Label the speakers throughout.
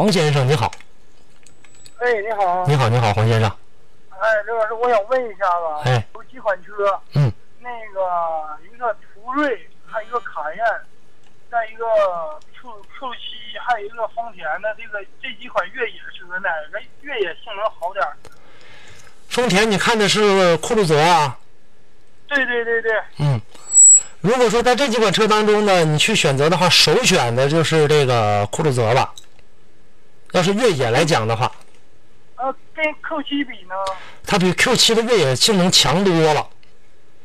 Speaker 1: 黄先生，你好，
Speaker 2: 哎，你好，
Speaker 1: 你好，你好，黄先生，
Speaker 2: 哎，刘老师，我想问一下吧，
Speaker 1: 哎
Speaker 2: 有几款车，
Speaker 1: 嗯，
Speaker 2: 那个一个途锐，还有一个卡宴，再一个 Q Q 七，还有一个丰田的这个这几款越野车呢，人越野性能好点儿。
Speaker 1: 丰田，你看的是酷路泽啊？
Speaker 2: 对对对对，
Speaker 1: 嗯，如果说在这几款车当中呢，你去选择的话，首选的就是这个酷路泽吧。要是越野来讲的话，
Speaker 2: 呃，跟 Q 七比呢，
Speaker 1: 它比 Q7 的越野性能强多了。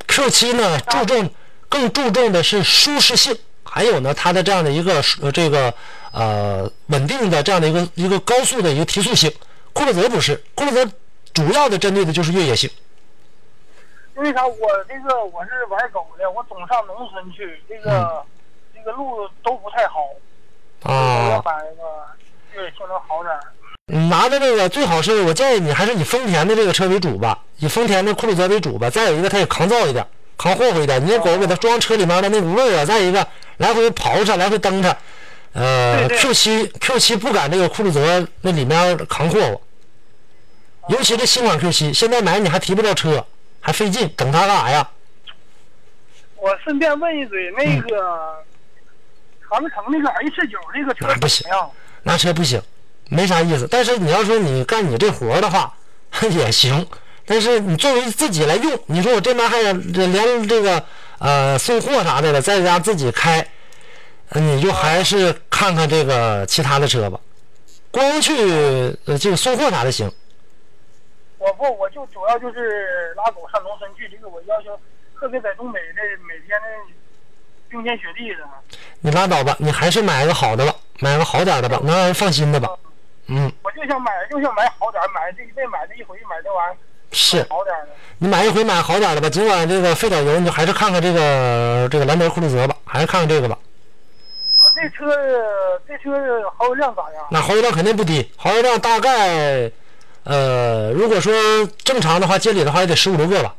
Speaker 1: Q7 呢，注重更注重的是舒适性，还有呢，它的这样的一个呃这个呃稳定的这样的一个一个高速的一个提速性。酷路泽不是，酷路泽主要的针对的就是越野性。
Speaker 2: 因为啥？我这个我是玩狗的，我总上农村去，这个、
Speaker 1: 嗯
Speaker 2: 这个路都不太好，
Speaker 1: 哦
Speaker 2: 我要
Speaker 1: 啊，
Speaker 2: 买一个越野性能好点儿。
Speaker 1: 你拿的这个最好是我建议你还是以丰田的这个车为主吧，以丰田的酷路泽为主吧。再有一个，它也抗造一点，扛霍霍一点。你那狗给它装车里面的那股味儿啊，再一个来回刨它，来回蹬它。呃
Speaker 2: 对对
Speaker 1: ，Q 7 Q 7不敢这个酷路泽那里面扛霍霍，尤其这新款 Q 7现在买你还提不着车，还费劲，整它干啥呀？
Speaker 2: 我顺便问一嘴，
Speaker 1: 嗯
Speaker 2: 那个长城那个 H 九那个车
Speaker 1: 啊那不
Speaker 2: 怎
Speaker 1: 行
Speaker 2: 么样？
Speaker 1: 拿车不行，没啥意思。但是你要说你干你这活儿的话 也行，但是你作为自己来用，你说我这边还想这连这个呃送货啥的了，在家自己开，呃你就还是看看这个其他的车吧。光去呃这个送货啥的行，
Speaker 2: 我不，我就主要就是拉狗上农村去，这个我要求特别在东北这每天的冰天雪地的。
Speaker 1: 你拉倒吧，你还是买个好的吧，买个好点儿的吧，能让人放心的吧。嗯，
Speaker 2: 我就想买，就想买好点儿，买这一辈买这一回，买这玩意
Speaker 1: 是
Speaker 2: 儿。好点儿的。啊
Speaker 1: 你买一回买好点儿的吧，尽管这个费点油，你就还是看看这个这个兰德酷路泽吧，还是看看这个吧。
Speaker 2: 啊这车这车耗油量咋样？
Speaker 1: 那耗油量肯定不低，耗油量大概，呃，如果说正常的话，接里的话也得十五六个吧，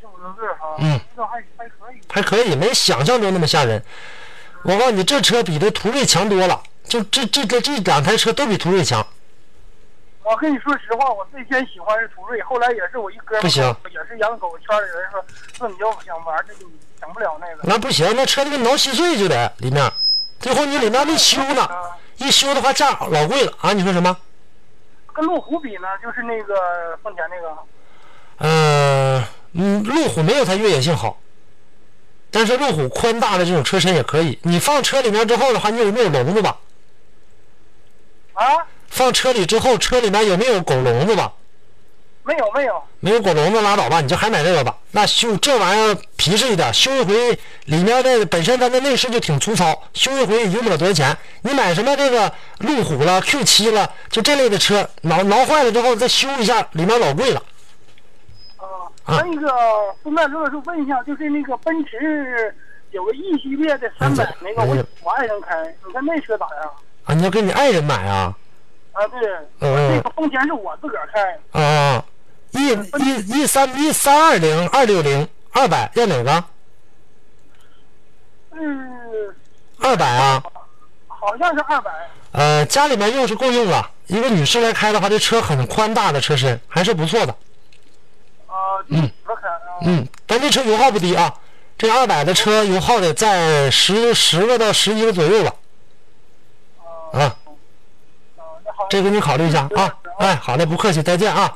Speaker 2: 十五六个啊，
Speaker 1: 嗯，
Speaker 2: 这还还可以。
Speaker 1: 还可以，没想象中那么吓人。我告诉你，这车比这途锐强多了，就这这这这两台车都比途锐强。
Speaker 2: 我跟你说实话，我最先喜欢是途锐，后来也是我一哥们儿
Speaker 1: 不行
Speaker 2: 也是养狗圈里人说，说你要想玩这就整不了那个。
Speaker 1: 那不行，那车那个挠稀碎就得里面，最后你里面没修呢，
Speaker 2: 呃
Speaker 1: 一修的话价老贵了啊！你说什么？
Speaker 2: 跟路虎比呢，就是那个丰田那个，
Speaker 1: 呃，嗯，路虎没有它越野性好，但是路虎宽大的这种车身也可以。你放车里面之后的话，你有没有笼子吧？
Speaker 2: 啊，
Speaker 1: 放车里之后，车里面有没有狗笼子吧？
Speaker 2: 没有没有，
Speaker 1: 没有狗笼子拉倒吧，你就还买这个吧。那修这玩意儿皮实一点，修一回里面的本身它的内饰就挺粗糙，修一回也用不了多少钱。你买什么这个路虎了、Q 7了，就这类的车，挠挠坏了之后再修一下，里面老贵了。
Speaker 2: 啊，
Speaker 1: 啊
Speaker 2: 那个顺便刘老师问一下，就是那个奔驰有个 E 系列的三百
Speaker 1: 嗯
Speaker 2: 那个，
Speaker 1: 嗯
Speaker 2: 我
Speaker 1: 嗯
Speaker 2: 我爱人开，你看那车咋样？
Speaker 1: 啊，你要给你爱人买啊？
Speaker 2: 啊，对，
Speaker 1: 嗯
Speaker 2: 那个丰田是我自个儿开，
Speaker 1: 啊，一一一三一三二零二六零二百要哪个？
Speaker 2: 嗯，
Speaker 1: 二百啊？
Speaker 2: 好像是二百，
Speaker 1: 呃，家里面用是够用了。一个女士来开的话，这车很宽大的车身，还是不错的。
Speaker 2: 啊，就是我开啊，
Speaker 1: 嗯，但这车油耗不低啊，这二百的车油耗得在十十个到十一个左右吧。
Speaker 2: 啊，
Speaker 1: 啊，
Speaker 2: 啊，那好，
Speaker 1: 这个你考虑一下啊。哎，好嘞，不客气，再见啊。